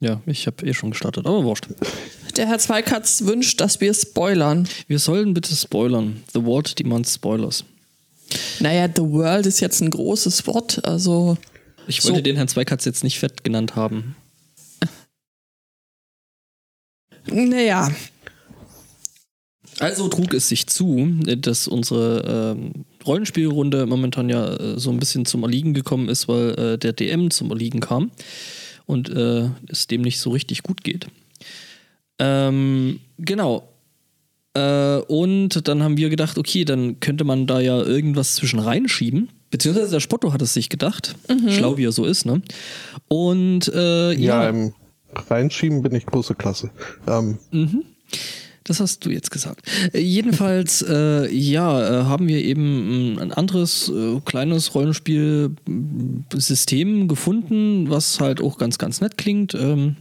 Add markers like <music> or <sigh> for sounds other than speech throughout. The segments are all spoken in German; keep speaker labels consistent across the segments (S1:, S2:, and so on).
S1: Ja, ich habe eh schon gestartet, aber wurscht.
S2: Der Herr Zweikatz wünscht, dass wir spoilern.
S1: Wir sollen bitte spoilern. The World demands Spoilers.
S2: Naja, The World ist jetzt ein großes Wort, also.
S1: Ich
S2: So.
S1: wollte den Herrn Zweikatz jetzt nicht fett genannt haben.
S2: Naja,
S1: Also trug es sich zu, dass unsere ähm, Rollenspielrunde momentan ja äh, so ein bisschen zum Erliegen gekommen ist, weil äh, der DM zum Erliegen kam und äh, es dem nicht so richtig gut geht. Ähm, genau. Äh, und dann haben wir gedacht, okay, dann könnte man da ja irgendwas zwischen reinschieben. Beziehungsweise der Spotto hat es sich gedacht. Schlau wie er so ist, ne? Und äh,
S3: Mhm. Ja,
S1: ja,
S3: im Reinschieben bin ich große Klasse. Ähm,
S1: Das hast du jetzt gesagt. Äh, jedenfalls, äh, ja, äh, haben wir eben mh, ein anderes äh, kleines Rollenspielsystem gefunden, was halt auch ganz, ganz nett klingt. Ähm,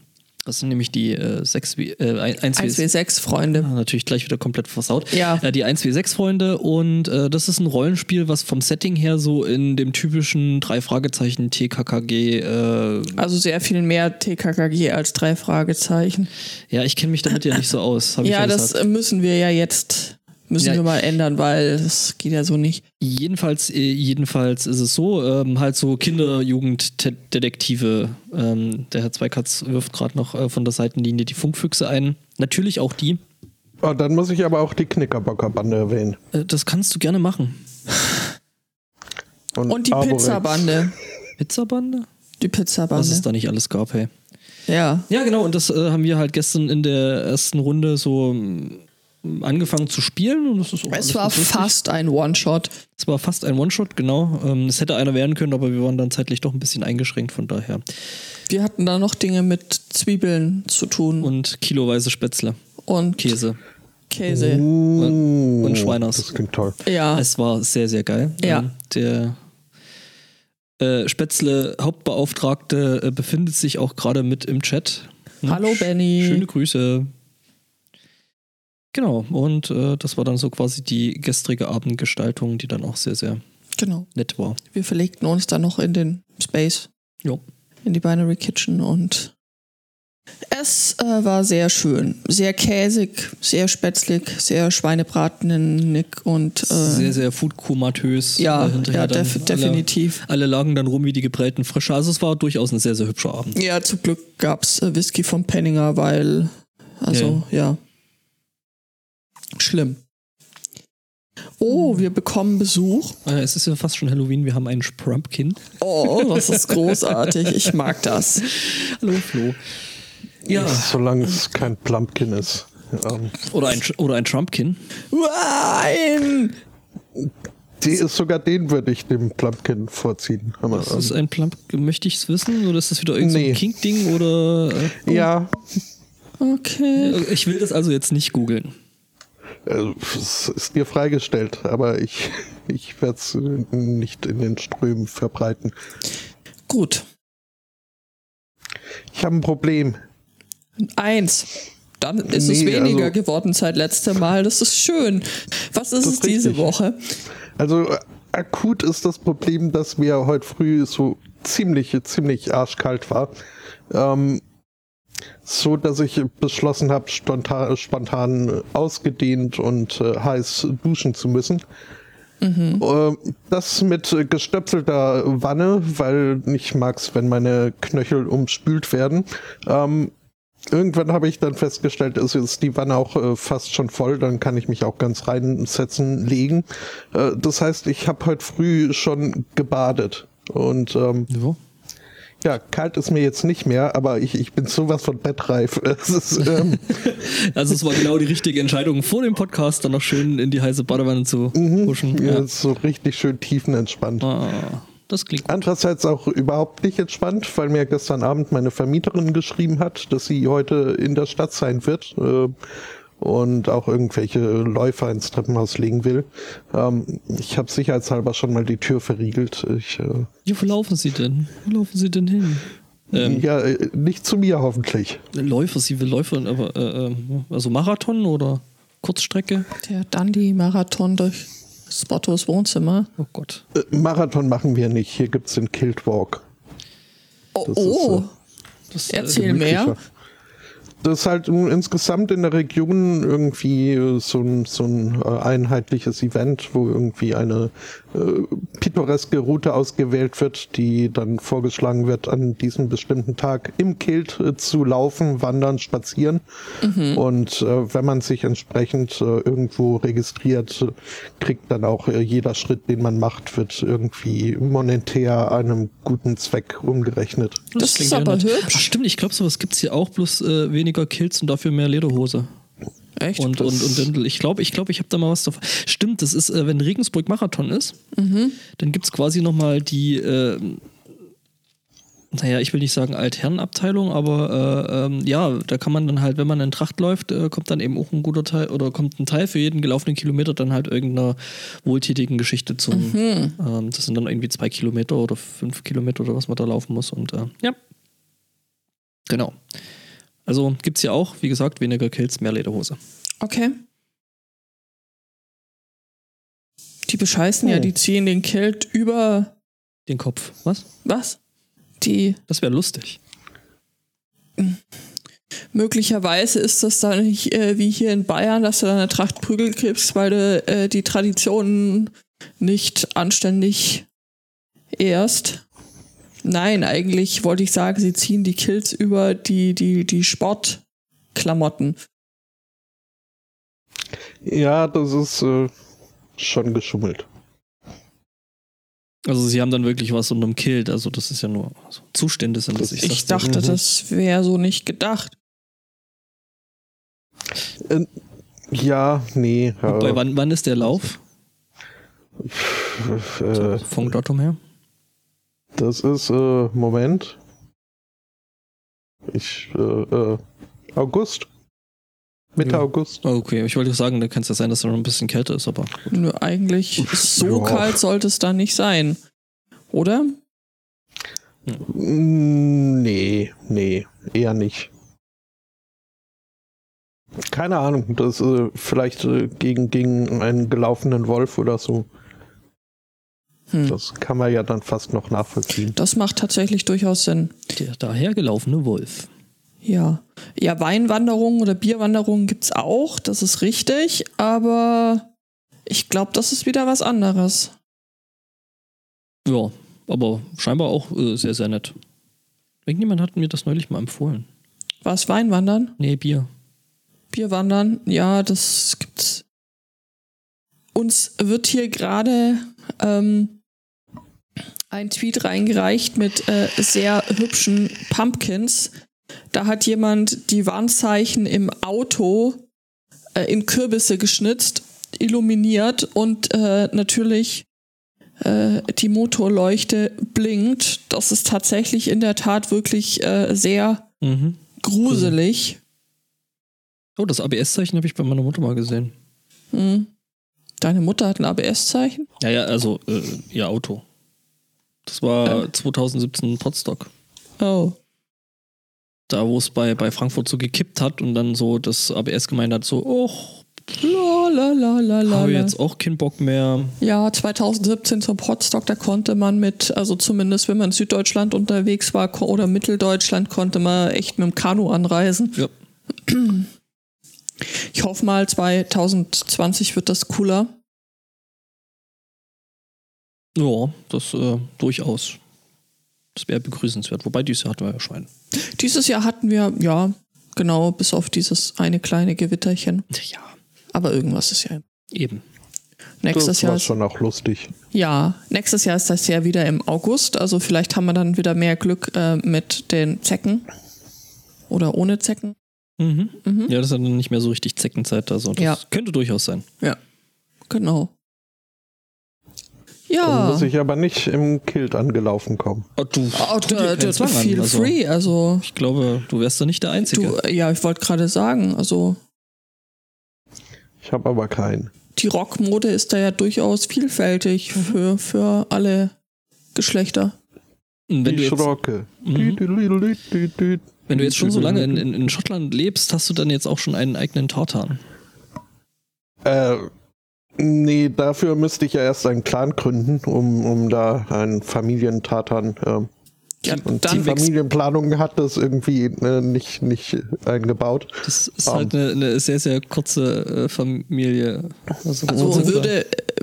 S1: das sind nämlich die äh, 6 W- äh, 1 W
S2: 1W6, Freunde.
S1: Ah, natürlich gleich wieder komplett versaut.
S2: Ja.
S1: Äh, die 1W6-Freunde und äh, das ist ein Rollenspiel, was vom Setting her so in dem typischen drei Fragezeichen TKKG äh,
S2: Also sehr viel mehr TKKG als drei Fragezeichen.
S1: ja, ich kenne mich damit ja nicht so aus. hab ich
S2: Ja, das
S1: gesagt.
S2: äh, müssen wir ja jetzt, müssen
S1: Ja.
S2: wir mal ändern, weil das geht ja so nicht.
S1: Jedenfalls, äh, jedenfalls ist es so, ähm, halt so Kinder-Jugend-Detektive. Ähm, der Herr Zweikatz wirft gerade noch äh, von der Seitenlinie die Funkfüchse ein. Natürlich auch die.
S3: ah, dann muss ich aber auch die Knickerbockerbande erwähnen.
S1: Äh, das kannst du gerne machen.
S2: Und die
S3: Arborex.
S2: Pizzabande.
S1: Pizzabande?
S2: Die Pizzabande.
S1: Was es da nicht alles gab, hey.
S2: Ja.
S1: Ja, genau, und das äh, haben wir halt gestern in der ersten Runde so mm, angefangen zu spielen. Und Oh, das ist auch
S2: Es
S1: alles
S2: war
S1: ganz lustig.
S2: fast ein One-Shot.
S1: Es war fast ein One-Shot, genau. Ähm, Es hätte einer werden können, aber wir waren dann zeitlich doch ein bisschen eingeschränkt, von daher.
S2: Wir hatten da noch Dinge mit Zwiebeln zu tun und,
S1: Und kiloweise Spätzle, Käse.
S2: Käse.
S3: Oh,
S1: und Schweiners.
S3: Das klingt toll.
S2: Ja.
S1: Oh. Ah, Es war sehr, sehr geil.
S2: Ja.
S1: Ähm, Der äh, Spätzle Hauptbeauftragte äh, befindet sich auch gerade mit im Chat. Ne?
S2: Hallo,
S1: Sch-
S2: Benny.
S1: Schöne Grüße. Genau, und äh, das war dann so quasi die gestrige Abendgestaltung, die dann auch sehr, sehr
S2: Genau.
S1: nett war.
S2: Wir verlegten uns dann noch in den Space,
S1: Jo.
S2: in die Binary Kitchen und es äh, war sehr schön. Sehr käsig, sehr spätzlig, sehr schweinebratenig und äh,
S1: sehr, sehr foodkomatös.
S2: ja,
S1: äh, hinterher
S2: ja
S1: dann
S2: def
S1: alle-
S2: definitiv.
S1: Alle lagen dann rum wie die geprellten Frösche. Also es war durchaus ein sehr, sehr hübscher Abend.
S2: Ja, zum Glück gab es äh, Whisky von Penninger, weil, also, ja. Schlimm.
S1: Hm.
S2: Oh, wir bekommen Besuch.
S1: Äh, es ist ja fast schon Halloween, wir haben einen Sprumpkin.
S2: Oh, das ist großartig. Ich mag das.
S1: Hallo Flo. Ja.
S3: Solange es kein Plumpkin ist. Ähm,
S1: Oder ein, oder ein Trumpkin.
S2: Nein!
S3: die ist sogar den würde ich dem Plumpkin vorziehen. Aber,
S1: Ist
S3: ähm,
S1: das ein Plump, möchte ich es wissen? Oder ist das wieder irgendein so
S3: Nee.
S1: ein Kink-Ding? Oder.
S3: ja,
S2: Okay.
S1: Äh, ich will das also jetzt nicht googeln.
S3: äh, es ist dir freigestellt, aber ich, ich werde es nicht in den Strömen verbreiten.
S2: Gut.
S3: Ich habe ein Problem.
S2: Eins. Dann ist es
S3: Nee,
S2: weniger
S3: also-
S2: geworden seit letztem Mal. Das ist schön. Was ist
S3: Das
S2: es
S3: ist
S2: diese
S3: richtig.
S2: Woche?
S3: Also äh, akut ist das Problem, dass mir heute früh so ziemlich, ziemlich arschkalt war. Ähm, so dass ich beschlossen habe, spontan, spontan ausgedehnt und äh, heiß duschen zu müssen. Ähm, Das mit äh, gestöpselter Wanne, weil ich mag's, wenn meine Knöchel umspült werden. Ähm, irgendwann habe ich dann festgestellt, ist jetzt die Wanne auch äh, fast schon voll, dann kann ich mich auch ganz reinsetzen, legen. Äh, das heißt, ich habe heute früh schon gebadet. Und ähm,
S1: Ja.
S3: ja, kalt ist mir jetzt nicht mehr, aber ich, ich bin sowas von bettreif. <laughs> Es ist, ähm,
S1: Also, es war genau die richtige Entscheidung, vor dem Podcast dann noch schön in die heiße Badewanne zu <laughs> huschen.
S3: Mhm. ja,
S1: Ja.
S3: es ist so richtig schön tiefenentspannt.
S1: Ah, das klingt.
S3: Andererseits auch überhaupt nicht entspannt, weil mir gestern Abend meine Vermieterin geschrieben hat, dass sie heute in der Stadt sein wird äh, und auch irgendwelche Läufer ins Treppenhaus legen will. Ähm, ich habe sicherheitshalber schon mal die Tür verriegelt. Ich, äh,
S1: Ja, wo laufen Sie denn? Wo laufen Sie denn hin? Ähm,
S3: Ja, äh, nicht zu mir hoffentlich.
S1: Läufer, sie will Läufer, aber. Äh, ähm, also, Marathon oder Kurzstrecke?
S2: Der Dundee-Marathon durch Spottos Wohnzimmer.
S1: Oh Gott.
S3: Äh, Marathon machen wir nicht. Hier gibt's den Kilt Walk.
S2: Oh,
S3: Das ist,
S2: oh.
S1: Das, äh,
S2: Erzähl
S3: gemütlicher.
S2: mehr.
S3: Das ist halt mm, insgesamt in der Region irgendwie äh, so ein, so ein äh, einheitliches Event, wo irgendwie eine äh, pittoreske Route ausgewählt wird, die dann vorgeschlagen wird, an diesem bestimmten Tag im Kilt äh, zu laufen, wandern, spazieren. Und äh, wenn man sich entsprechend äh, irgendwo registriert, äh, kriegt dann auch äh, jeder Schritt, den man macht, wird irgendwie monetär einem guten Zweck umgerechnet.
S1: das
S2: Das
S1: klingt
S2: ist aber
S1: erinnert.
S2: hübsch.
S1: Ach, stimmt, ich glaube, sowas gibt es hier auch, bloß äh, weniger Kills und dafür mehr Lederhose.
S2: Echt?
S1: Und, und, und Dirndl. Ich glaube, ich, glaub, ich habe da mal was davon. Stimmt, das ist, äh, wenn Regensburg Marathon ist, dann gibt es quasi nochmal die, äh, naja, ich will nicht sagen Altherrenabteilung, aber äh, ähm, ja, da kann man dann halt, wenn man in Tracht läuft, äh, kommt dann eben auch ein guter Teil oder kommt ein Teil für jeden gelaufenen Kilometer dann halt irgendeiner wohltätigen Geschichte zum. Ähm, das sind dann irgendwie zwei Kilometer oder fünf Kilometer oder was man da laufen muss. Und äh, ja. Genau. Also gibt es ja auch, wie gesagt, weniger Kills, mehr Lederhose.
S2: Okay. Die bescheißen ja,
S3: Oh.
S2: die ziehen den Kilt über
S1: Den Kopf. Was?
S2: was? Die
S1: Das wäre lustig.
S2: möglicherweise ist das dann nicht äh, wie hier in Bayern, dass du da eine Tracht Prügel kriegst, weil du äh, die Traditionen nicht anständig erst. Nein, eigentlich wollte ich sagen, sie ziehen die Kilts über die, die, die Sportklamotten.
S3: Ja, das ist äh, schon geschummelt.
S1: Also sie haben dann wirklich was unterm Kilt. Also das ist ja nur also Zustände sind das.
S2: Ich,
S1: sag's dir.
S2: dachte,
S3: mhm.
S2: das wäre so nicht gedacht.
S3: Ja, nee.
S1: Wobei, wann, wann ist der Lauf?
S3: äh,
S1: Vom Datum her?
S3: das ist, äh, Moment. Ich, äh, äh, August. Mitte
S2: Hm.
S1: Ja.
S3: August.
S1: Oh, okay, ich wollte doch sagen, da kann es ja sein, dass er noch ein bisschen kälter ist, aber
S2: Nö, eigentlich so
S3: Ja.
S2: kalt sollte es da nicht sein. Oder?
S3: Mm, Nee, nee, eher nicht. Keine Ahnung, das äh, vielleicht äh, gegen, gegen einen gelaufenen Wolf oder so.
S2: Hm.
S3: Das kann man ja dann fast noch nachvollziehen.
S2: Das macht tatsächlich durchaus Sinn.
S1: der dahergelaufene Wolf.
S2: Ja. Ja, Weinwanderungen oder Bierwanderungen gibt's auch, das ist richtig, aber ich glaube, das ist wieder was anderes.
S1: Ja, aber scheinbar auch äh, sehr, sehr nett. Irgendjemand hat mir das neulich mal empfohlen.
S2: Was Weinwandern?
S1: Nee, Bier.
S2: Bierwandern? Ja, das gibt's. Uns wird hier gerade ähm, ein Tweet reingereicht mit äh, sehr hübschen Pumpkins. Da hat jemand die Warnzeichen im Auto äh, in Kürbisse geschnitzt, illuminiert und äh, natürlich äh, die Motorleuchte blinkt. Das ist tatsächlich in der Tat wirklich äh, sehr
S1: Mhm.
S2: gruselig.
S1: Oh, das ABS-Zeichen habe ich bei meiner Mutter mal gesehen.
S2: Hm. Deine Mutter hat ein ABS-Zeichen?
S1: Ja, ja, also äh, ihr Auto. Das war 2017 Potsdok.
S2: Oh.
S1: da wo es bei, bei Frankfurt so gekippt hat und dann so das ABS gemeint hat, so, oh,
S2: La, la, la, la, la,
S1: habe
S2: la.
S1: jetzt auch keinen Bock mehr.
S2: Ja, 2017 zum Potsdok, da konnte man mit, also zumindest wenn man in Süddeutschland unterwegs war ko- oder Mitteldeutschland, konnte man echt mit dem Kanu anreisen.
S1: Ja.
S2: Ich hoffe mal, 2020 wird das cooler.
S1: Ja, das äh, durchaus. Das wäre begrüßenswert. Wobei dieses Jahr hatten wir ja Schwein.
S2: Dieses Jahr hatten wir, ja, genau, bis auf dieses eine kleine Gewitterchen.
S1: Ja,
S2: Aber irgendwas ist ja.
S1: eben.
S2: Nächstes
S3: Das
S2: Jahr
S3: war
S2: ist
S3: schon auch lustig.
S2: Ja, nächstes Jahr ist das ja wieder im August, also vielleicht haben wir dann wieder mehr Glück äh, mit den Zecken oder ohne Zecken.
S1: Mhm.
S2: Mhm.
S1: Ja, das ist ja dann nicht mehr so richtig Zeckenzeit da. So. Das
S2: Ja.
S1: könnte durchaus sein.
S2: Genau.
S1: Ah.
S3: Dann
S1: Also
S2: Ja,
S3: muss ich aber nicht im Kilt angelaufen kommen.
S1: Oh, du,
S2: oh,
S1: tu dir
S2: da,
S1: keinen
S2: da,
S1: Zwang an.
S2: feel
S1: Also,
S2: free, also
S1: Ich glaube, du wärst da nicht der Einzige.
S2: du, äh, ja, ich wollte gerade sagen, also
S3: Ich habe aber keinen.
S2: die Rockmode ist da ja durchaus vielfältig
S1: Mhm.
S2: für, für alle Geschlechter.
S1: Und wenn, du
S3: ich
S1: jetzt,
S3: rocke.
S1: Mhm.
S3: Düdelüdelüdüdüdü.
S1: wenn du jetzt schon so lange in, in, in Schottland lebst, hast du dann jetzt auch schon einen eigenen Tartan.
S3: Äh, nee, dafür müsste ich ja erst einen Clan gründen, um, um da einen Familientatan äh,
S2: Ja,
S3: Und die
S1: dann wächst-
S3: Familienplanung hat das irgendwie äh, nicht, nicht eingebaut.
S1: Das ist
S3: Bam.
S1: halt eine, eine sehr, sehr kurze äh, Familie. Also,
S2: Also
S1: Wurzeln-
S2: würde äh,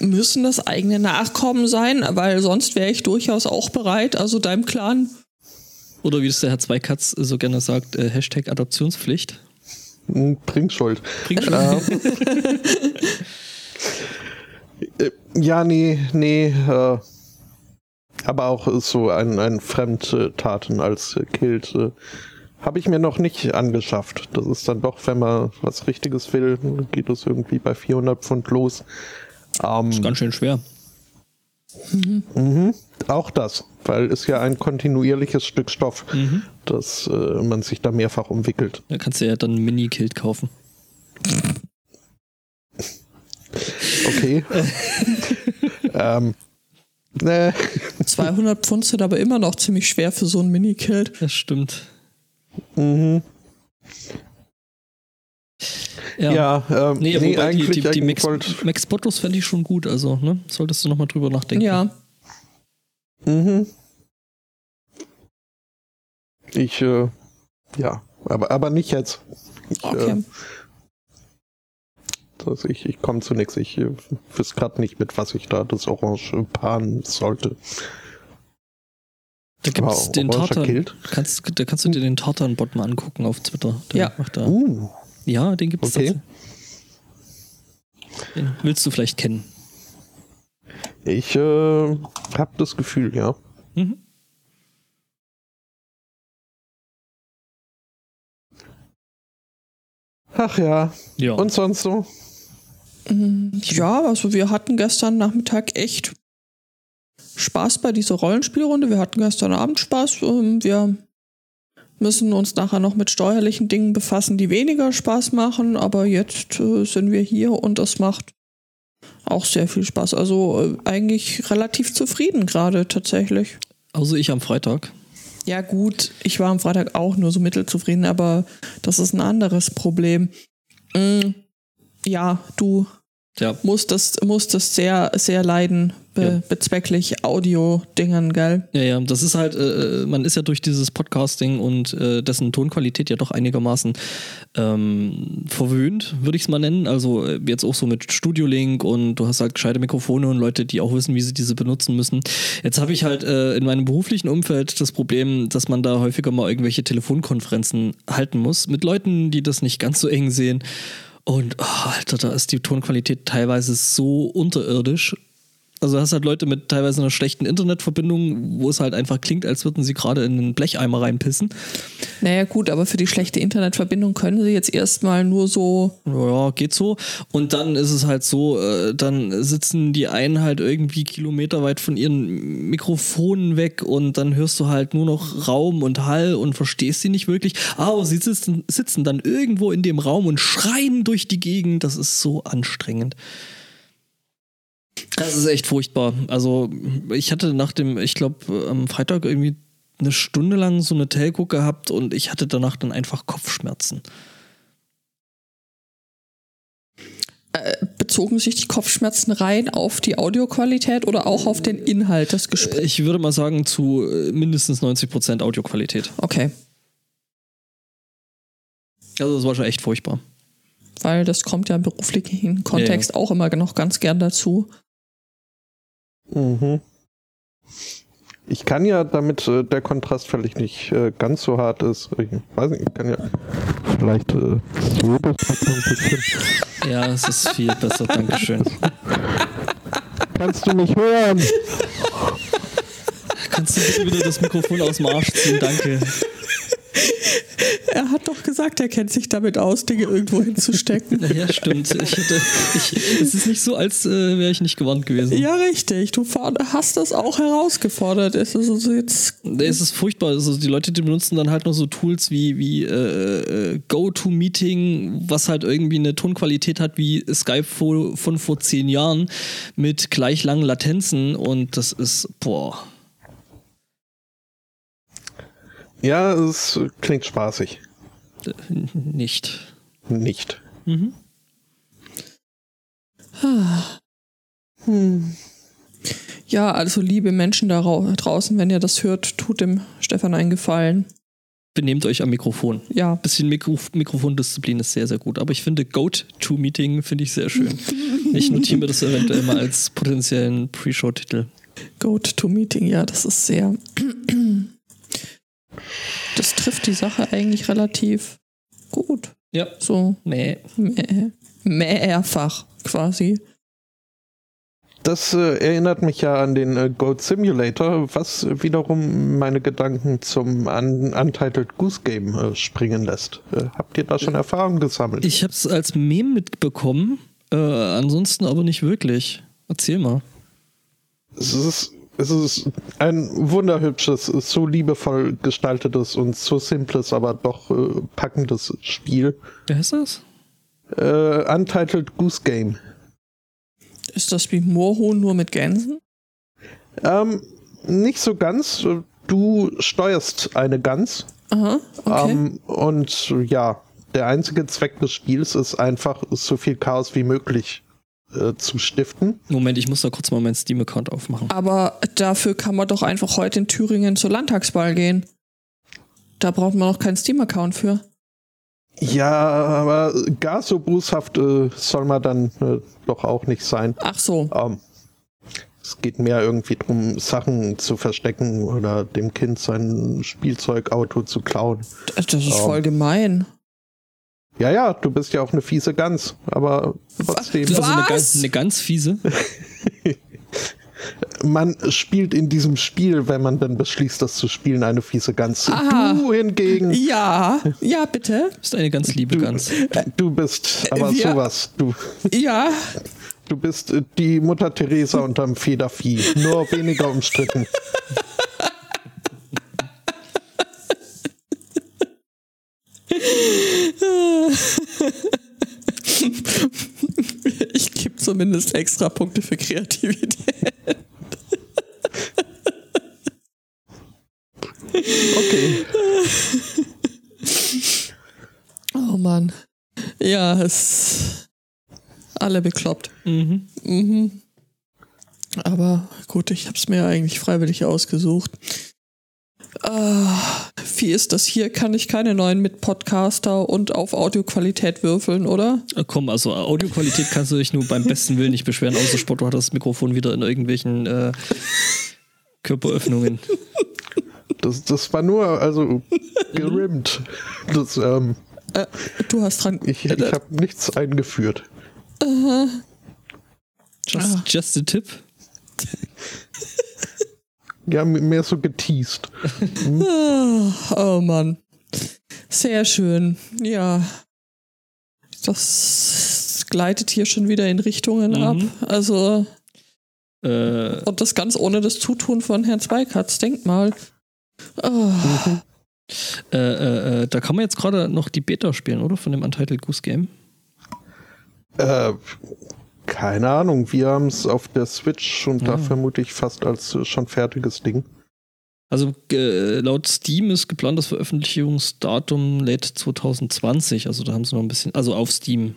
S2: müssen das eigene Nachkommen sein, weil sonst wäre ich durchaus auch bereit, also deinem Clan.
S1: Oder wie es der Herr Zweikatz so gerne sagt, äh, Hashtag Adoptionspflicht.
S3: Hm, Bringschuld.
S1: Bringt schon.
S3: Äh, ja, nee, nee. Äh, aber auch äh, so ein, ein Fremdtaten als äh, Kilt äh, habe ich mir noch nicht angeschafft. Das ist dann doch, wenn man was Richtiges will, geht es irgendwie bei 400 Pfund los.
S1: Ist
S3: Ähm,
S1: ganz schön schwer.
S3: mhm, auch das, weil es ja ein kontinuierliches Stück Stoff,
S1: Mhm.
S3: dass äh, man sich da mehrfach umwickelt.
S1: Da kannst du ja dann einen Mini-Kilt kaufen. <laughs>
S3: Okay. ähm, ne, nee.
S2: 200 Pfund sind aber immer noch ziemlich schwer für so ein Minikilt.
S1: Das stimmt.
S3: Mhm.
S1: Ja.
S3: Ja, ähm,
S1: Nee,
S3: nee,
S1: wobei
S3: eigentlich,
S1: die, die, die
S3: eigentlich
S1: Max,
S3: wollt-
S1: Max Bottos fände ich schon gut, also, ne? Solltest du nochmal drüber nachdenken.
S2: Ja.
S3: Mhm. Ich, äh, ja, aber, aber nicht jetzt. Ich,
S2: Okay.
S3: äh, das, ich, ich komme zu nichts. Ich äh, wüsste gerade nicht, mit was ich da das Orange paaren sollte.
S1: Da gibt's
S3: Wow,
S1: den
S3: oranger
S1: Tartan.
S3: Kilt?
S1: Kannst, da kannst du dir den Tartan-Bot mal angucken auf Twitter. Der
S2: Ja.
S1: Macht da.
S3: Uh,
S1: Ja, den gibt's
S3: Okay.
S1: tatsächlich. Den willst du vielleicht kennen.
S3: ich äh, habe das Gefühl, ja.
S1: Mhm.
S3: Ach ja.
S1: Ja.
S3: Und sonst so?
S2: Mhm. Ja, also wir hatten gestern Nachmittag echt Spaß bei dieser Rollenspielrunde. Wir hatten gestern Abend Spaß. Ähm, Wir müssen uns nachher noch mit steuerlichen Dingen befassen, die weniger Spaß machen. Aber jetzt äh, sind wir hier und das macht auch sehr viel Spaß. Also äh, eigentlich relativ zufrieden gerade tatsächlich.
S1: also ich am Freitag.
S2: Ja gut, ich war am Freitag auch nur so mittelzufrieden, aber das ist ein anderes Problem. Mm, Ja, du
S1: Ja.
S2: musstest, musstest sehr, sehr leiden be
S1: Ja.
S2: bezwecklich Audio-Dingern, gell?
S1: Ja, ja, das ist halt, äh, man ist ja durch dieses Podcasting und äh, dessen Tonqualität ja doch einigermaßen ähm, verwöhnt, würde ich es mal nennen. Also äh, jetzt auch so mit Studiolink und du hast halt gescheite Mikrofone und Leute, die auch wissen, wie sie diese benutzen müssen. Jetzt habe ich halt äh, in meinem beruflichen Umfeld das Problem, dass man da häufiger mal irgendwelche Telefonkonferenzen halten muss mit Leuten, die das nicht ganz so eng sehen. Und oh, Alter, da ist die Tonqualität teilweise so unterirdisch. Also du hast halt Leute mit teilweise einer schlechten Internetverbindung, wo es halt einfach klingt, als würden sie gerade in einen Blecheimer reinpissen.
S2: Naja, gut, aber für die schlechte Internetverbindung können sie jetzt erstmal nur so.
S1: Ja, geht so. Und dann ist es halt so, äh, dann sitzen die einen halt irgendwie kilometerweit von ihren Mikrofonen weg und dann hörst du halt nur noch Raum und Hall und verstehst sie nicht wirklich. Aber sie sitzen, sitzen dann irgendwo in dem Raum und schreien durch die Gegend. Das ist so anstrengend. Das ist echt furchtbar. Also ich hatte nach dem, ich glaube am Freitag irgendwie eine Stunde lang so eine Telco gehabt und ich hatte danach dann einfach Kopfschmerzen.
S2: Bezogen sich die Kopfschmerzen rein auf die Audioqualität oder auch auf den Inhalt des Gesprächs?
S1: Ich würde mal sagen, zu äh, mindestens 90% Audioqualität.
S2: Okay,
S1: Also das war schon echt furchtbar.
S2: weil das kommt ja im beruflichen Kontext auch immer noch ganz gern dazu.
S3: Mhm. Ich kann ja, damit äh, der Kontrast vielleicht nicht äh, ganz so hart ist, ich weiß nicht, ich kann ja vielleicht äh, so das ein bisschen.
S1: Ja, es ist viel besser, Dankeschön.
S3: Kannst du mich hören?
S1: Kannst du bitte wieder das Mikrofon aus dem Arsch ziehen, danke.
S2: Er hat doch gesagt, er kennt sich damit aus, Dinge
S1: <laughs>
S2: irgendwo hinzustecken.
S1: Ja, stimmt. Ich hätte, ich, es ist nicht so, als äh, wäre ich nicht gewarnt gewesen.
S2: ja, richtig. Du for- hast das auch herausgefordert. Es ist also jetzt
S1: Nee, Es ist furchtbar. Also die Leute, die benutzen dann halt noch so Tools wie, wie äh, äh, Go-To-Meeting, was halt irgendwie eine Tonqualität hat wie Skype vor, von vor zehn Jahren mit gleich langen Latenzen und das ist, boah.
S3: Ja, es klingt spaßig.
S1: Nicht.
S3: Nicht.
S1: Mhm.
S2: Hm. Ja, also liebe Menschen da rau- draußen, wenn ihr das hört, tut dem Stefan einen Gefallen.
S1: Benehmt euch am Mikrofon.
S2: Ja.
S1: Bisschen Mikro Mikrofondisziplin ist sehr, sehr gut. Aber ich finde Goat-To-Meeting finde ich sehr schön. ich notiere mir das eventuell mal als potenziellen Pre-Show-Titel.
S2: Go-to-Meeting, ja, das ist sehr. <clears throat> Das trifft die Sache eigentlich relativ gut.
S1: Ja.
S2: So
S1: Nee.
S2: mehr, mehrfach quasi.
S3: Das äh, erinnert mich ja an den äh, Goat Simulator, was wiederum meine Gedanken zum un Untitled Goose Game äh, springen lässt. Äh, habt ihr da schon Erfahrung gesammelt?
S1: Ich habe es als Meme mitbekommen, äh, ansonsten aber nicht wirklich. Erzähl mal.
S3: Es ist, es ist ein wunderhübsches, so liebevoll gestaltetes und so simples, aber doch äh, packendes Spiel.
S1: Wer heißt das?
S3: Äh, Untitled Goose Game.
S2: Ist das wie Moorhuhn nur mit Gänsen?
S3: Ähm, nicht so ganz. Du steuerst eine Gans.
S2: Aha, okay.
S3: Ähm, und ja, der einzige Zweck des Spiels ist einfach, so viel Chaos wie möglich äh, zu stiften.
S1: Moment, ich muss da kurz mal meinen Steam-Account aufmachen.
S2: Aber dafür kann man doch einfach heute in Thüringen zur Landtagswahl gehen. Da braucht man noch keinen Steam-Account für.
S3: Ja, aber gar so boshaft äh, soll man dann äh, doch auch nicht sein.
S2: Ach so.
S3: Ähm, es geht mehr irgendwie drum, Sachen zu verstecken oder dem Kind sein Spielzeugauto zu klauen.
S2: D- Das ist
S3: Ähm,
S2: voll gemein.
S3: Ja, ja, du bist ja auch eine fiese Gans, aber trotzdem.
S2: Was?
S1: Also eine ganz, eine ganz fiese.
S3: man spielt in diesem Spiel, wenn man dann beschließt, das zu spielen, eine fiese Gans.
S2: Aha.
S3: Du hingegen,
S2: <laughs> Ja, ja, bitte.
S1: Ist eine ganz liebe Gans.
S3: äh, du bist aber
S2: Wir-
S3: sowas. Du,
S2: Ja,
S3: du bist äh, die Mutter Teresa unterm Federvieh. Nur weniger umstritten.
S2: ich gebe zumindest extra Punkte für Kreativität.
S3: Okay.
S2: Oh Mann. Ja, es. Alle bekloppt.
S1: Mhm.
S2: Mhm. Aber gut, ich hab's mir eigentlich freiwillig ausgesucht. Ah, wie ist das hier? Kann ich keine neuen mit Podcaster und auf Audioqualität würfeln, oder?
S1: Äh, Komm, also Audioqualität kannst du dich nur beim besten Willen nicht beschweren, außer Sport, du hattest das Mikrofon wieder in irgendwelchen äh, Körperöffnungen.
S3: Das, das war nur, also, gerimmt. Das, ähm,
S2: Äh, du hast dran.
S3: ich ich habe nichts eingeführt.
S1: Just,
S2: Ah.
S1: just a tip.
S3: Ja, m- mehr so geteased.
S2: Ah, oh Mann. Sehr schön. Ja. Das gleitet hier schon wieder in Richtungen
S1: Mhm.
S2: ab. Also,
S1: Äh,
S2: und das ganz ohne das Zutun von Herrn Zweikatz. Denkt mal. Ah,
S1: äh, äh, äh, da kann man jetzt gerade noch die Beta spielen, oder? Von dem Untitled Goose Game.
S3: Äh, keine Ahnung, wir haben es auf der Switch und da vermute ich fast als äh, schon fertiges Ding.
S1: Also äh, laut Steam ist geplant das Veröffentlichungsdatum late 2020. Also da haben sie noch ein bisschen, also auf Steam.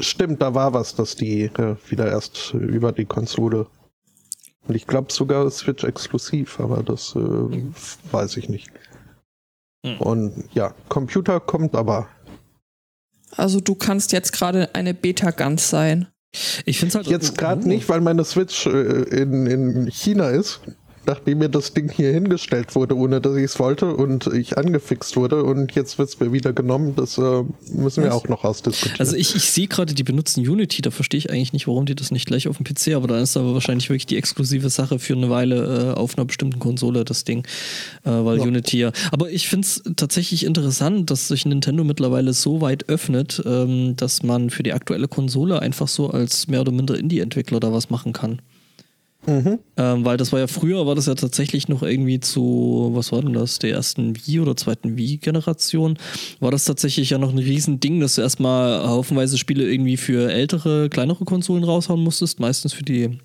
S3: Stimmt, da war was, dass die äh, wieder erst äh, über die Konsole. Und ich glaube sogar Switch exklusiv, aber das äh, f- weiß ich nicht.
S1: Hm.
S3: Und ja, Computer kommt aber.
S2: Also, du kannst jetzt gerade eine Beta-Gans sein.
S1: Ich finde es halt
S3: Jetzt gerade nicht, weil meine Switch äh, in, in China ist, nachdem mir das Ding hier hingestellt wurde, ohne dass ich es wollte und ich angefixt wurde und jetzt wird es mir wieder genommen. Das äh, müssen wir
S2: Was?
S3: auch noch ausdiskutieren.
S1: Also ich, ich sehe gerade, die benutzen Unity, da verstehe ich eigentlich nicht, warum die das nicht gleich auf dem PC, aber da ist aber wahrscheinlich wirklich die exklusive Sache für eine Weile äh, auf einer bestimmten Konsole, das Ding. Äh, weil
S3: Ja.
S1: Unity ja. Aber ich finde es tatsächlich interessant, dass sich Nintendo mittlerweile so weit öffnet, ähm, dass man für die aktuelle Konsole einfach so als mehr oder minder Indie-Entwickler da was machen kann. Ähm, weil das war ja früher, war das ja tatsächlich noch irgendwie zu, was war denn das, der ersten Wii oder zweiten Wii-Generation, war das tatsächlich ja noch ein Riesending, dass du erstmal haufenweise Spiele irgendwie für ältere, kleinere Konsolen raushauen musstest, meistens für die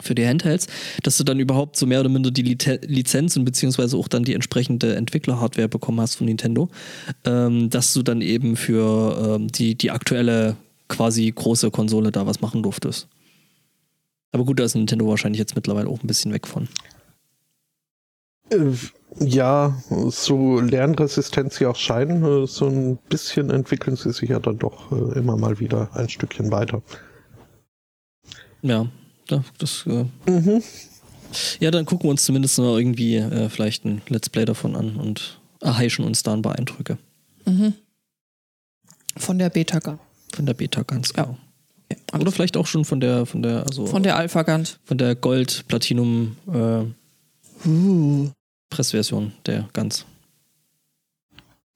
S1: für die Handhelds, dass du dann überhaupt so mehr oder minder die Lite- Lizenzen beziehungsweise auch dann die entsprechende Entwickler-Hardware bekommen hast von Nintendo, ähm, dass du dann eben für ähm, die, die aktuelle quasi große Konsole da was machen durftest. Aber gut, da ist Nintendo wahrscheinlich jetzt mittlerweile auch ein bisschen weg von.
S3: Äh, Ja, so lernresistent sie auch scheinen, äh, so ein bisschen entwickeln sie sich ja dann doch äh, immer mal wieder ein Stückchen weiter.
S1: Ja, da- das. Äh,
S3: Mhm.
S1: ja, dann gucken wir uns zumindest mal irgendwie äh, vielleicht ein Let's Play davon an und erheischen uns da ein paar Eindrücke
S2: Mhm. Von der Beta-Gun.
S1: von der Beta ganz
S2: Ja.
S1: genau.
S2: Ja, also
S1: Oder vielleicht auch schon von der, von der, also
S2: von der Alpha-Gun.
S1: von der Gold, Platinum, äh,
S2: Uh.
S1: Pressversion der ganz.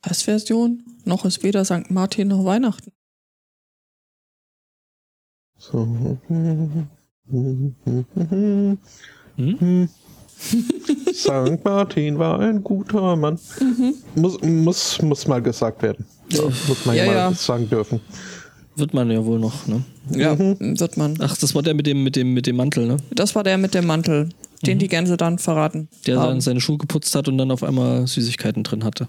S2: Als Version, noch ist weder St. Martin noch Weihnachten. <laughs>
S3: So.
S2: Mhm.
S1: Hm?
S3: St. Martin war ein guter Mann. Muss, muss, muss mal gesagt werden. Muss man
S2: Mhm. Ja,
S3: ja, mal
S2: ja.
S3: sagen dürfen.
S1: Wird man ja wohl noch, ne?
S2: Ja, Mhm, wird man.
S1: Ach, das war der mit dem, mit dem, mit dem Mantel, ne?
S2: Das war der mit dem Mantel, den die Gänse dann verraten.
S1: Mhm. Der
S2: haben.
S1: dann seine Schuhe geputzt hat und dann auf einmal Süßigkeiten drin hatte.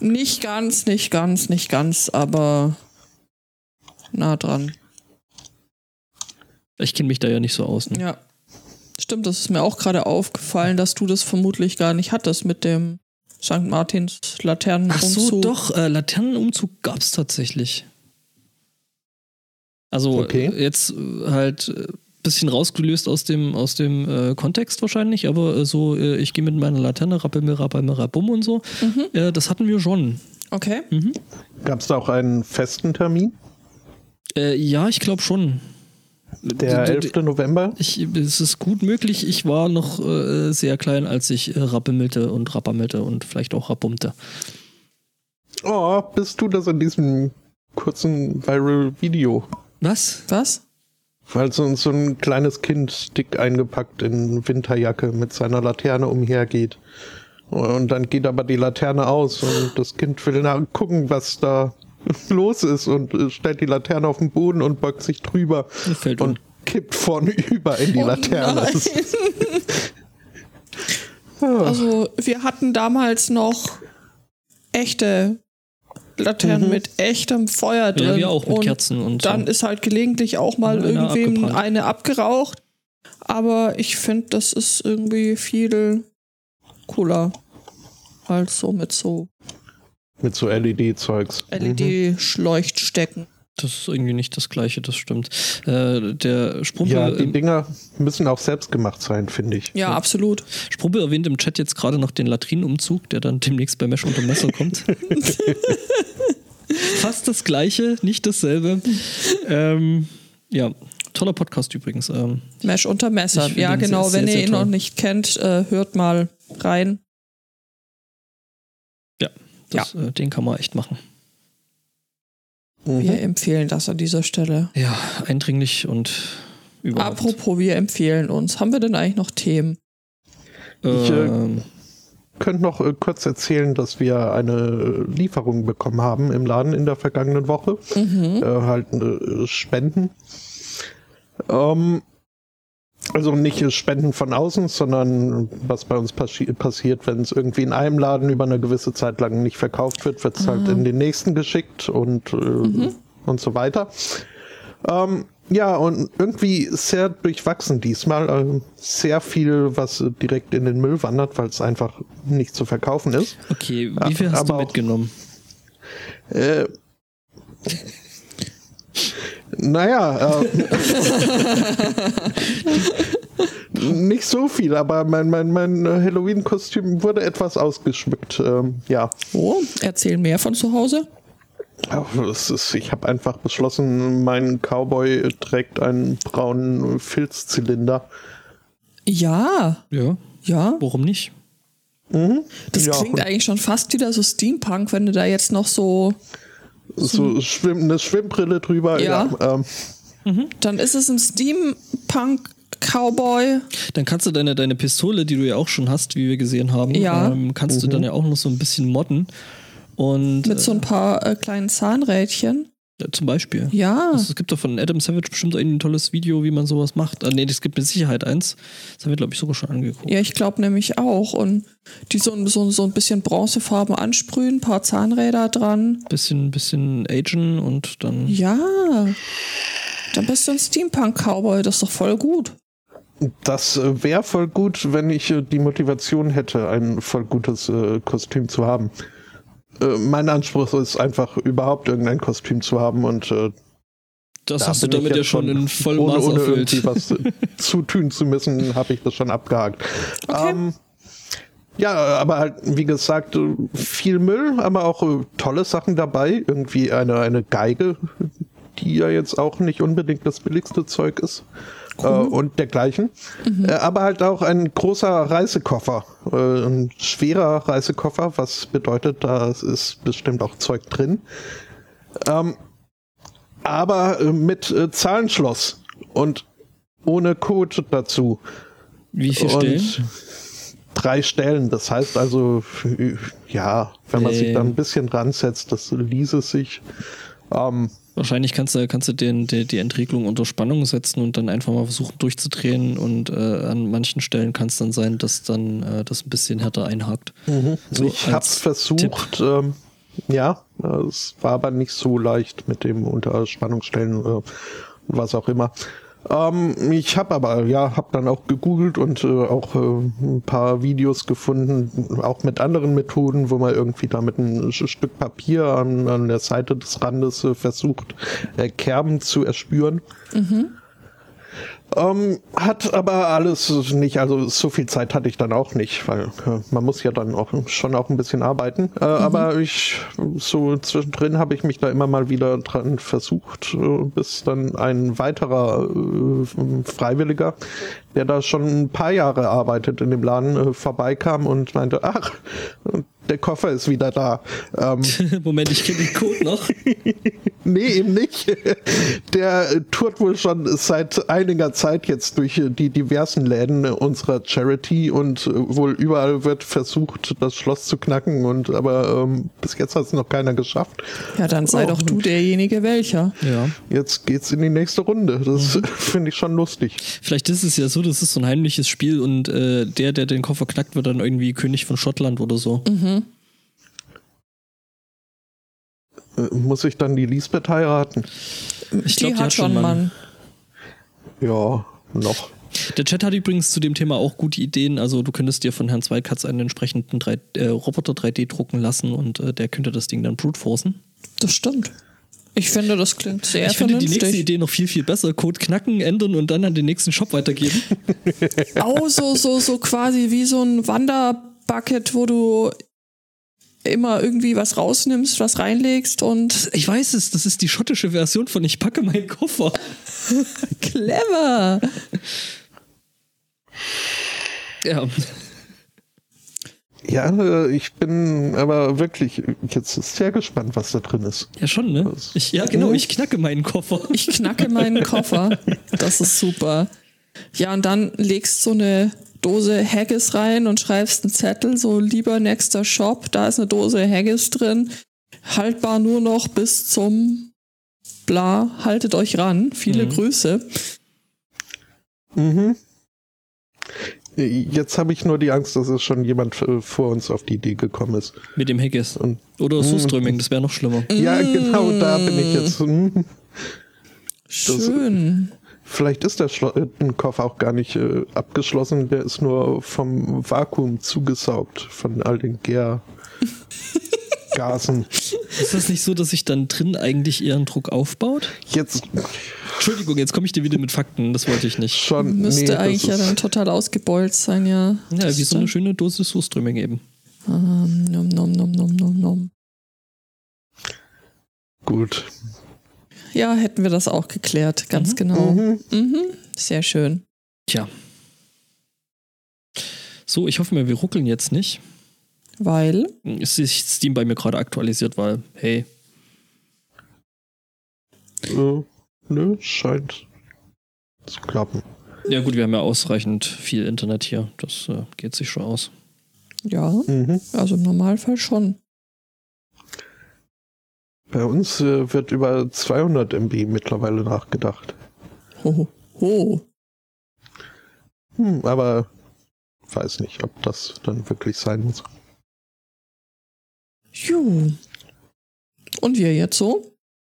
S2: Nicht ganz, nicht ganz, nicht ganz, aber nah dran.
S1: Ich kenne mich da ja nicht so aus. Ne?
S2: Ja. Stimmt, das ist mir auch gerade aufgefallen, dass du das vermutlich gar nicht hattest mit dem St. Martins
S1: Ach
S2: Laternenumzug.
S1: so, doch, äh, Laternenumzug gab's tatsächlich. Also
S3: Okay.
S1: äh, jetzt äh, halt äh, bisschen rausgelöst aus dem, aus dem äh, Kontext wahrscheinlich, aber äh, so, äh, ich gehe mit meiner Laterne, rappel mir, rappel mir, rabum und so. Äh, das hatten wir schon.
S2: Okay.
S1: Mhm.
S3: Gab es da auch einen festen Termin?
S1: Äh, ja, ich glaube schon.
S3: Der
S1: Du- du-
S3: 11. November?
S1: Ich, es ist gut möglich, ich war noch äh, sehr klein, als ich äh, rappelmelte und rappammelte und vielleicht auch rappumte.
S3: Oh, bist du das in diesem kurzen Viral-Video?
S1: Was?
S2: Was?
S3: Weil so, so ein kleines Kind dick eingepackt in Winterjacke mit seiner Laterne umhergeht. Und dann geht aber die Laterne aus und das Kind will nach gucken, was da <laughs> los ist und äh, stellt die Laterne auf den Boden und beugt sich drüber
S1: Fällt um.
S3: und kippt vorne <laughs> über in die
S2: Oh
S3: Laterne.
S2: nein.
S3: Das ist-
S2: Also, wir hatten damals noch echte Laternen
S3: Mhm.
S2: mit echtem Feuer drin.
S1: Ja, wir auch mit
S2: und
S1: Kerzen und
S2: Dann
S1: so.
S2: ist halt gelegentlich auch mal
S1: Eine
S2: irgendwem
S1: abgebrannt.
S2: eine abgeraucht. Aber ich finde, das ist irgendwie viel cooler als so mit so
S3: <laughs>
S2: E
S3: Mit so E LED-Zeugs.
S1: E
S3: Mhm.
S2: LED-Schleuchtstecken.
S1: Das ist irgendwie nicht das Gleiche, das stimmt. Äh, der Sprumpel,
S3: Mhm. Ja, die
S1: ähm,
S3: Dinger müssen auch selbst gemacht sein, finde ich.
S2: Ja, absolut.
S1: Sprumpel erwähnt im Chat jetzt gerade noch den Latrinenumzug, der dann demnächst bei Mesh unter Messer
S3: <laughs>
S1: kommt. <laughs> Fast das Gleiche, nicht dasselbe. ähm, ja, toller Podcast übrigens. Ähm,
S2: Mesh unter Messer.
S1: Ich find
S2: Ja,
S1: den
S2: genau.
S1: sehr,
S2: Wenn
S1: sehr,
S2: ihr
S1: sehr
S2: ihn
S1: toll.
S2: noch nicht kennt, äh, hört mal rein.
S1: das, äh, den kann man echt machen.
S3: Mhm.
S2: Wir empfehlen das an dieser Stelle.
S1: Ja, eindringlich und überhaupt.
S2: Apropos, wir empfehlen uns. Haben wir denn eigentlich noch Themen?
S3: Ich, äh,
S1: Ähm,
S3: könnt noch äh, kurz erzählen, dass wir eine Lieferung bekommen haben im Laden in der vergangenen Woche. Äh, halt äh, Spenden. Ähm, also nicht äh, Spenden von außen, sondern was bei uns passi passiert, wenn es irgendwie in einem Laden über eine gewisse Zeit lang nicht verkauft wird, wird es halt in den nächsten geschickt und, äh, und so weiter. Ähm, ja, und irgendwie sehr durchwachsen diesmal. Ähm, sehr viel, was äh, direkt in den Müll wandert, weil es einfach nicht zu verkaufen ist.
S1: okay, wie viel hast du
S3: äh, aber auch-
S1: mitgenommen?
S3: Äh, naja, äh, <laughs> nicht so viel, aber mein, mein, mein Halloween-Kostüm wurde etwas ausgeschmückt. Ähm, ja,
S2: Oh, erzähl mehr von zu Hause.
S3: Aber es ist, ich habe einfach beschlossen, mein Cowboy trägt einen braunen Filzzylinder.
S2: Ja,
S1: Ja,
S2: ja.
S1: warum nicht?
S2: Das
S3: Ja.
S2: klingt eigentlich schon fast wieder so Steampunk, wenn du da jetzt noch so.
S3: So schwimm, eine Schwimmbrille drüber.
S2: Ja.
S3: ähm,
S2: Dann ist es ein Steampunk-Cowboy.
S1: Dann kannst du deine, deine Pistole, die du ja auch schon hast, wie wir gesehen haben,
S2: Ja.
S1: ähm, kannst
S3: Mhm.
S1: du dann ja auch noch so ein bisschen modden. Und
S2: Mit so ein paar äh, kleinen Zahnrädchen.
S1: äh, zum Beispiel.
S2: Ja.
S1: Also, es gibt doch von Adam Savage bestimmt ein tolles Video, wie man sowas macht. Ah, nee, es gibt mit Sicherheit eins. Das haben wir, glaube ich, sogar schon angeguckt.
S2: Ja, ich glaube nämlich auch. Und die so, so, so ein bisschen Bronzefarben ansprühen, ein paar Zahnräder dran.
S1: Bisschen, bisschen agen und dann.
S2: Ja. Dann bist du ein Steampunk-Cowboy, das ist doch voll gut.
S3: Das wäre voll gut, wenn ich äh, die Motivation hätte, ein voll gutes äh, Kostüm zu haben. Äh, mein Anspruch ist einfach, überhaupt irgendein Kostüm zu haben und äh,
S1: Das
S3: da
S1: hast du
S3: bin ich
S1: damit
S3: jetzt
S1: ja schon
S3: <laughs>
S1: in vollem
S3: ohne,
S1: Maß
S3: ohne
S1: erfüllt.
S3: irgendwie was äh, zu tun zu müssen, habe ich das schon abgehakt.
S2: Okay.
S3: Ähm, ja, aber halt, wie gesagt, äh, viel Müll, aber auch äh, tolle Sachen dabei. Irgendwie eine, eine Geige, die ja jetzt auch nicht unbedingt das billigste Zeug ist. Äh, und dergleichen.
S1: Mhm.
S3: Äh, aber halt auch ein großer Reisekoffer. Äh, ein schwerer Reisekoffer, was bedeutet, da ist bestimmt auch Zeug drin aber äh, mit äh, Zahlenschloss und ohne Code dazu.
S1: Wie viel
S3: und
S1: Stellen?
S3: Drei Stellen, das heißt also, äh, ja, wenn man sich
S1: Ähm.
S3: da ein bisschen ransetzt, das ließe sich. Ähm,
S1: Wahrscheinlich kannst du, kannst du den, die, die Entriegelung unter Spannung setzen und dann einfach mal versuchen durchzudrehen und äh, an manchen Stellen kann es dann sein, dass dann äh, das ein bisschen härter einhakt. So
S3: Mhm. ich habe
S1: als
S3: versucht, ähm, ja, äh, es war aber nicht so leicht mit dem Unterspannungsstellen äh, und was auch immer. Ähm, ich habe aber, ja, habe dann auch gegoogelt und äh, auch äh, ein paar Videos gefunden, auch mit anderen Methoden, wo man irgendwie da mit einem Sch- Stück Papier an, an der Seite des Randes äh, versucht, äh, Kerben zu erspüren. Ähm, hat aber alles nicht, also so viel Zeit hatte ich dann auch nicht, weil äh, man muss ja dann auch schon auch ein bisschen arbeiten. Äh, Aber ich, so zwischendrin habe ich mich da immer mal wieder dran versucht, äh, bis dann ein weiterer äh, Freiwilliger, der da schon ein paar Jahre arbeitet in dem Laden, äh, vorbeikam und meinte, ach, der Koffer ist wieder da. Ähm,
S1: <laughs> Moment, ich kenne den Code
S3: <laughs>
S1: noch.
S3: Nee, eben nicht. Der äh, tourt wohl schon seit einiger Zeit jetzt durch äh, die diversen Läden äh, unserer Charity und äh, wohl überall wird versucht, das Schloss zu knacken und aber ähm, bis jetzt hat es noch keiner geschafft.
S2: Ja, dann sei doch du derjenige welcher.
S1: Ja.
S3: Jetzt geht's in die nächste Runde. Das finde ich schon lustig.
S1: Vielleicht ist es ja so, das ist so ein heimliches Spiel und äh, der, der den Koffer knackt, wird dann irgendwie König von Schottland oder so.
S3: Äh, muss ich dann die Lisbeth heiraten?
S1: Ich glaub, die hat schon einen Mann.
S3: Ja, noch.
S1: Der Chat hat übrigens zu dem Thema auch gute Ideen. Also du könntest dir von Herrn Zweikatz einen entsprechenden 3, äh, Roboter 3D drucken lassen und äh, der könnte das Ding dann brute forcen.
S2: Das stimmt. Ich finde, das klingt sehr
S1: ich finde die
S2: vernünftig.
S1: nächste Idee noch viel, viel besser. Code knacken, ändern und dann an den nächsten Shop weitergeben.
S2: Au, so, so, so quasi wie so ein Wanderbucket, wo du immer irgendwie was rausnimmst, was reinlegst und <laughs>
S1: Ich weiß es, das ist die schottische Version von Ich packe meinen Koffer.
S2: clever.
S1: Ja.
S3: Ja, äh, ich bin aber wirklich jetzt sehr gespannt, was da drin ist.
S1: Ja, schon, ne?
S3: Was?
S1: Ich, ja, genau,
S3: Mhm.
S1: ich knacke meinen Koffer.
S2: Ich knacke meinen Koffer. Das ist super. Ja, und dann legst so eine Dose Haggis rein und schreibst einen Zettel, so lieber nächster Shop, da ist eine Dose Haggis drin. Haltbar nur noch bis zum Bla, haltet euch ran. Viele
S1: Mhm.
S2: Grüße.
S3: Mhm. Jetzt habe ich nur die Angst, dass es schon jemand äh, vor uns auf die Idee gekommen ist.
S1: Mit dem Haggis.
S3: Und-
S1: Oder Suströmming, das wäre noch schlimmer.
S3: Ja,
S2: Mm.
S3: genau, da bin ich jetzt. Mhm.
S2: Schön.
S3: Vielleicht ist der Schlo äh, ein Koffer auch gar nicht äh, abgeschlossen, der ist nur vom Vakuum zugesaugt, von all den
S2: <laughs>
S3: Gärgasen.
S1: Ist das nicht so, dass sich dann drin eigentlich eher ein Druck aufbaut?
S3: Jetzt
S1: Entschuldigung, jetzt komme ich dir wieder mit Fakten, das wollte ich nicht.
S3: schon.
S2: Müsste
S3: nee, das
S2: eigentlich ja
S3: ist-
S2: dann total ausgebeult sein, ja.
S1: Ja, wie so eine
S2: Nom,
S1: schöne Dosis Suströmming eben.
S2: nom, nom, nom, nom, nom.
S3: Gut.
S2: Ja, hätten wir das auch geklärt, ganz
S1: Mhm.
S2: genau. Mhm.
S3: Mhm.
S2: Sehr schön.
S1: Tja. So, ich hoffe mal, wir ruckeln jetzt nicht.
S2: Weil
S1: Ist sich Steam bei mir gerade aktualisiert, weil, hey,
S3: Äh, nö, scheint zu klappen.
S1: ja gut, wir haben ja ausreichend viel Internet hier. Das äh, geht sich schon aus.
S2: Ja,
S3: Mhm.
S2: also im Normalfall schon.
S3: Bei uns äh, wird über 200 MB mittlerweile nachgedacht.
S2: Ho, ho, ho.
S3: Hm, aber weiß nicht, ob das dann wirklich sein muss.
S2: Juh. Und wir jetzt so?